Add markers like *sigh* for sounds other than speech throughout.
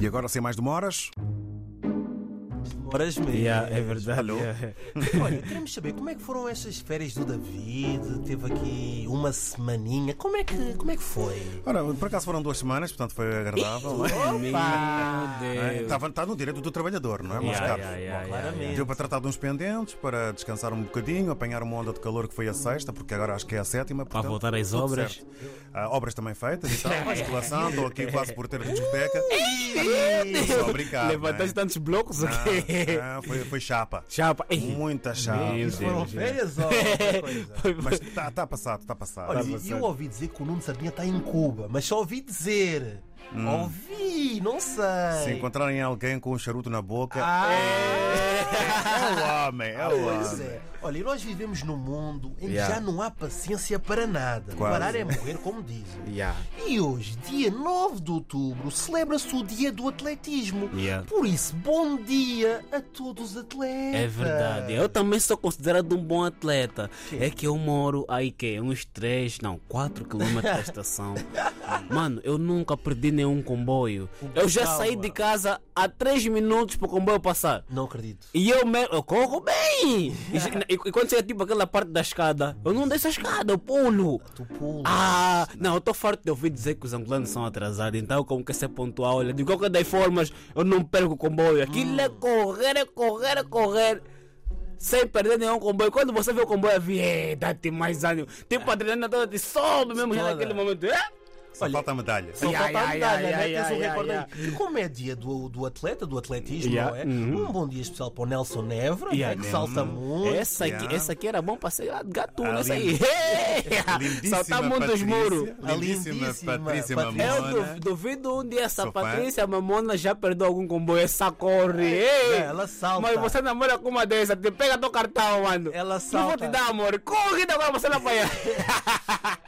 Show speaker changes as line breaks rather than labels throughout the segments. E agora sem mais demoras.
Horas mesmo.
Yeah, é verdade.
Alô?
yeah.
Olha, queremos saber como é que foram estas férias do David? Teve aqui uma semaninha. Como é que, como é que foi?
Ora, por acaso foram duas semanas, portanto foi agradável. não é?
Meu
Não é?
Deus.
Estava está no direito do trabalhador, não é? Mas,
Yeah,
cara,
yeah, Ah, yeah,
Bom,
yeah,
claramente.
Deu para tratar de uns pendentes, para descansar um bocadinho, apanhar uma onda de calor que foi a sexta, porque agora acho que é a sétima. Para
voltar às obras.
Ah, obras também feitas e tal, musculação, estou aqui quase por ter discoteca. Estou a brincar. não é?
né?
Levantaste tantos blocos
Ah,
aqui.
ah, foi, foi chapa.
*laughs* Chapa. Ei,
Muita chapa.
Meu Deus.
Foram férias *laughs* ou outra coisa?
Mas está tá passado, está passado.
Olha,
Tá
e-
passado.
eu ouvi dizer que o Nuno Sardinha está em Cuba, mas só ouvi dizer.
Hum.
Ouvi, não sei.
Se encontrarem alguém com um charuto na boca,
Ah,
é o homem, é o
pois
homem.
é. Olha, e nós vivemos num mundo em que
Tá Yeah.
já não há paciência para nada.
Quase.
Parar é morrer, como dizem.
Yeah.
E hoje, dia 9 de outubro, celebra-se o dia do atletismo.
Yeah.
Por isso, bom dia a todos os atletas.
É verdade. Eu também sou considerado um bom atleta.
Quê?
É que eu moro aí que uns 3, não, 4 quilômetros da
*laughs*
estação. Mano, eu nunca perdi nenhum comboio. Eu já
Um Calma.
saí de casa há 3 minutos para o comboio passar.
Não acredito.
E eu, me, eu corro bem! E, che- e- e quando chega tipo aquela parte da escada, eu não desço a escada, eu pulo.
Tu pulas.
Ah, não, eu estou farto de ouvir dizer que os angolanos são atrasados, então como que ser pontual? Olha, de qualquer das formas, eu não perco o comboio. Aquilo é correr, é correr, é correr. Sem perder nenhum comboio. Quando você vê o comboio, eu vi, "Eh, dá-te mais ânimo.
É.
Tipo, a adrenalina toda te sobe mesmo já
Toda.
naquele momento. "Eh?"
Só falta a medalha.
é. Só
Yeah,
falta a
yeah,
medalha,
yeah,
né?
yeah,
Tens um
yeah,
recorde
yeah.
aí. E como é dia do, do atleta, do atletismo,
Yeah.
não é?
Uhum.
Um bom dia especial para o Nelson Nevra,
Yeah,
né, que
né?
salta muito.
Essa aqui,
Yeah.
essa aqui era bom para ser gatuno,
Ah,
essa aí.
lindo. Lindíssima
*laughs*
*laughs*
Saltar muito os
Patrícia,
muros.
A
Lindíssima
lindíssima
Patrícia
Patrícia.
É,
É
Eu
Mamona.
duv- duvido um dia essa
Sou fã.
Patrícia Mamona já perdeu algum comboio. Essa corre. Ei,
É, ela salta.
Mas você namora com uma dessa, te pega teu cartão, mano.
Ela
Não vou
salta.
te dar, amor. Corre da agora você não
*laughs*
apanhar.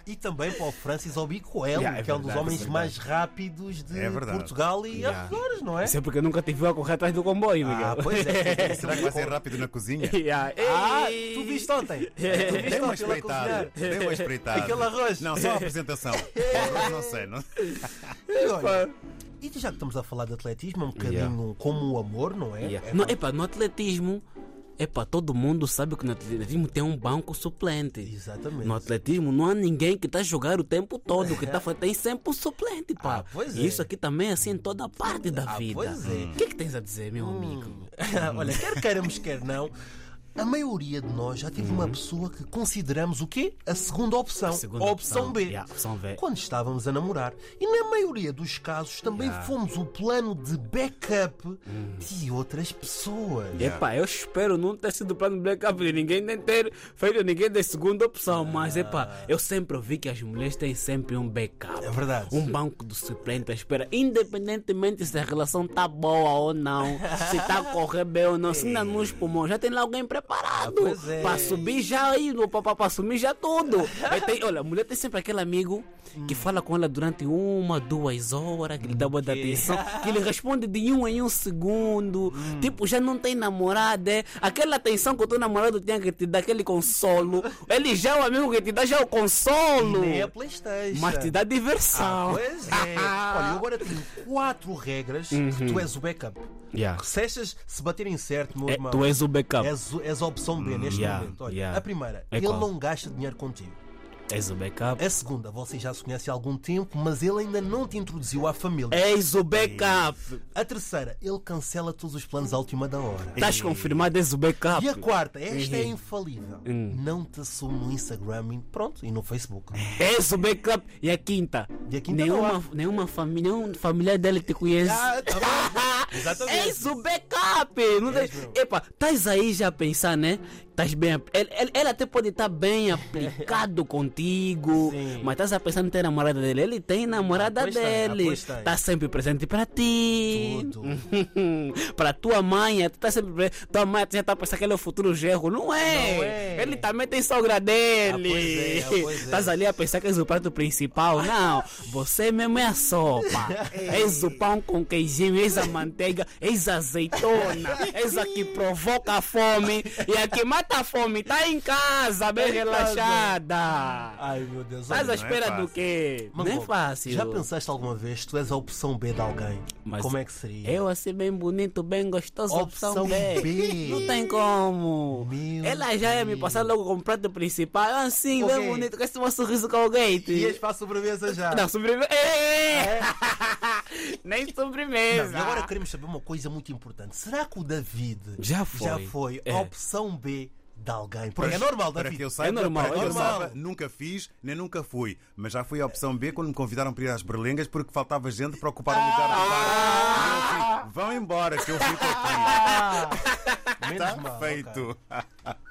E também para o Francis Obicoel,
Yeah, é
que é um dos
verdade, é
homens
verdade.
mais rápidos de
É verdade.
Portugal e
Yeah.
arredores, não é?
Isso é porque nunca te viu a correr atrás do comboio, Miguel.
Ah,
*laughs*
pois é.
Será que vai ser rápido na cozinha?
Yeah.
*laughs* Ah,
Ei. *laughs*
tu viste ontem? Tu
É.
viste
Dê uma
ontem lá
espreitada.
cozinhar?
Dê uma espreitada.
Aquele arroz.
Não, só a
*laughs*
apresentação. Arroz, não sei. Não...
E olha, e já que estamos a falar de atletismo, é um bocadinho
Yeah.
como o amor, não é?
Yeah.
É
Não, epa, no atletismo, epa, todo mundo sabe que no atletismo tem um banco suplente.
Exatamente. É.
No atletismo não há ninguém que está a jogar o tempo todo, que tá, fa- tem sempre um suplente, pá.
Ah, pois
E
é.
isso aqui também é assim em toda parte da
Ah,
vida.
pois é. Hum.
O que é que tens a dizer, meu amigo?
*laughs* Olha, quer queiramos, quer não, a maioria de nós já teve uma pessoa que consideramos o quê? A segunda opção.
Uhum. segunda
a opção,
opção.
B.
Yeah, opção B.
Quando estávamos a namorar. E na maioria dos casos também fomos o plano de backup
Uhum.
de outras pessoas.
Epá, eu espero não ter sido plano backup de ninguém, nem ter feito ninguém da segunda opção, mas
Ah.
epá, eu sempre ouvi que as mulheres têm sempre um backup.
É verdade.
Um banco de suplente à espera, independentemente se a relação tá boa ou não, se tá
*laughs*
a correr bem ou não, se ainda nos pulmões, já tem lá alguém preparado
pois é.
para subir já aí, para assumir já tudo. Aí tem- olha, a mulher tem sempre aquele amigo que fala com ela durante uma, duas horas, que lhe dá boa atenção, que lhe responde de um em um segundo, tipo, já não tem namorada, é? aquela atenção que o teu namorado tinha que te dar, aquele consolo, ele já é o amigo que te dá já o consolo.
Nem é a Playstation.
Mas te dá diversão.
Né, Pois
*laughs*
é. Olha, eu agora tenho quatro regras que tu és o backup.
Yeah.
Se estas se baterem certo, meu
Uhum. É,
irmão,
tu és o backup. És,
és, o- és a opção B neste
Hum, yeah,
momento. Olha,
yeah.
a primeira,
É
ele
qual?
não gasta dinheiro contigo.
o backup.
A segunda, você já se conhece há algum tempo, mas ele ainda não te introduziu à família.
És o backup.
A terceira, ele cancela todos os planos à última da hora.
Estás confirmado, és o backup.
E a quarta, esta é
Tá Uhum.
infalível. Não te assume no Instagram e pronto, e no Facebook.
É. És o backup. E a quinta?
E a quinta
nenhuma,
não
nenhuma família, nenhum familiar dele te conhece.
Ah, tá
*laughs*
bom.
És o backup!
É
Não tem... Epa, estás aí já a pensar, né? Estás bem. ap- Ele, ele- ele até pode
*laughs*
estar bem aplicado contigo,
Sim.
mas estás a pensar em ter namorada dele. Ele tem namorada
pois tem, ah,
dele.
pois tem.
Está sempre presente para ti.
Tudo.
*laughs* para tua mãe, tu tá sempre. Tua mãe já tá pensando que ele é o futuro gerro. Não é?
Não é.
Ele também tem sogra dele.
Ah, pois é, pois é.
Estás ali a pensar que és o prato principal. Não, você mesmo é
*laughs*
a sopa. És o pão com queijinho, és a manteiga, és a
*laughs*
azeitona. És a que provoca a fome e a que mata a fome. Tá em casa, bem relaxada.
Ai meu Deus,
Estás
olha.
à
é
espera do
fácil.
quê? Não
Mango,
é fácil.
Já pensaste alguma vez que tu és a opção B de alguém?
Mas
Como é que seria?
Eu assim bem bonito, bem gostoso, opção,
Opção
B.
B.
Não tem como.
Meu
Ela já ia me passar logo com o prato principal. Eu assim,
Ok.
bem bonito, com esse meu sorriso colgate.
Ias para a sobremesa já.
Não, sobremesa. É. *laughs* Nem sobremesa.
Não, e agora queremos saber uma coisa muito importante. Será que o David
Já foi.
já foi
É.
a opção B de alguém? Porque é normal,
Para
David.
que eu saiba,
normal,
para
é
que eu
normal.
saiba, nunca fiz, nem nunca fui. Mas já fui à opção B quando me convidaram para ir às berlengas porque faltava gente para ocupar o lugar à parte. E eu fui, Vão embora que eu fico aqui.
Menos
Está
mal,
feito.
Ah, ok.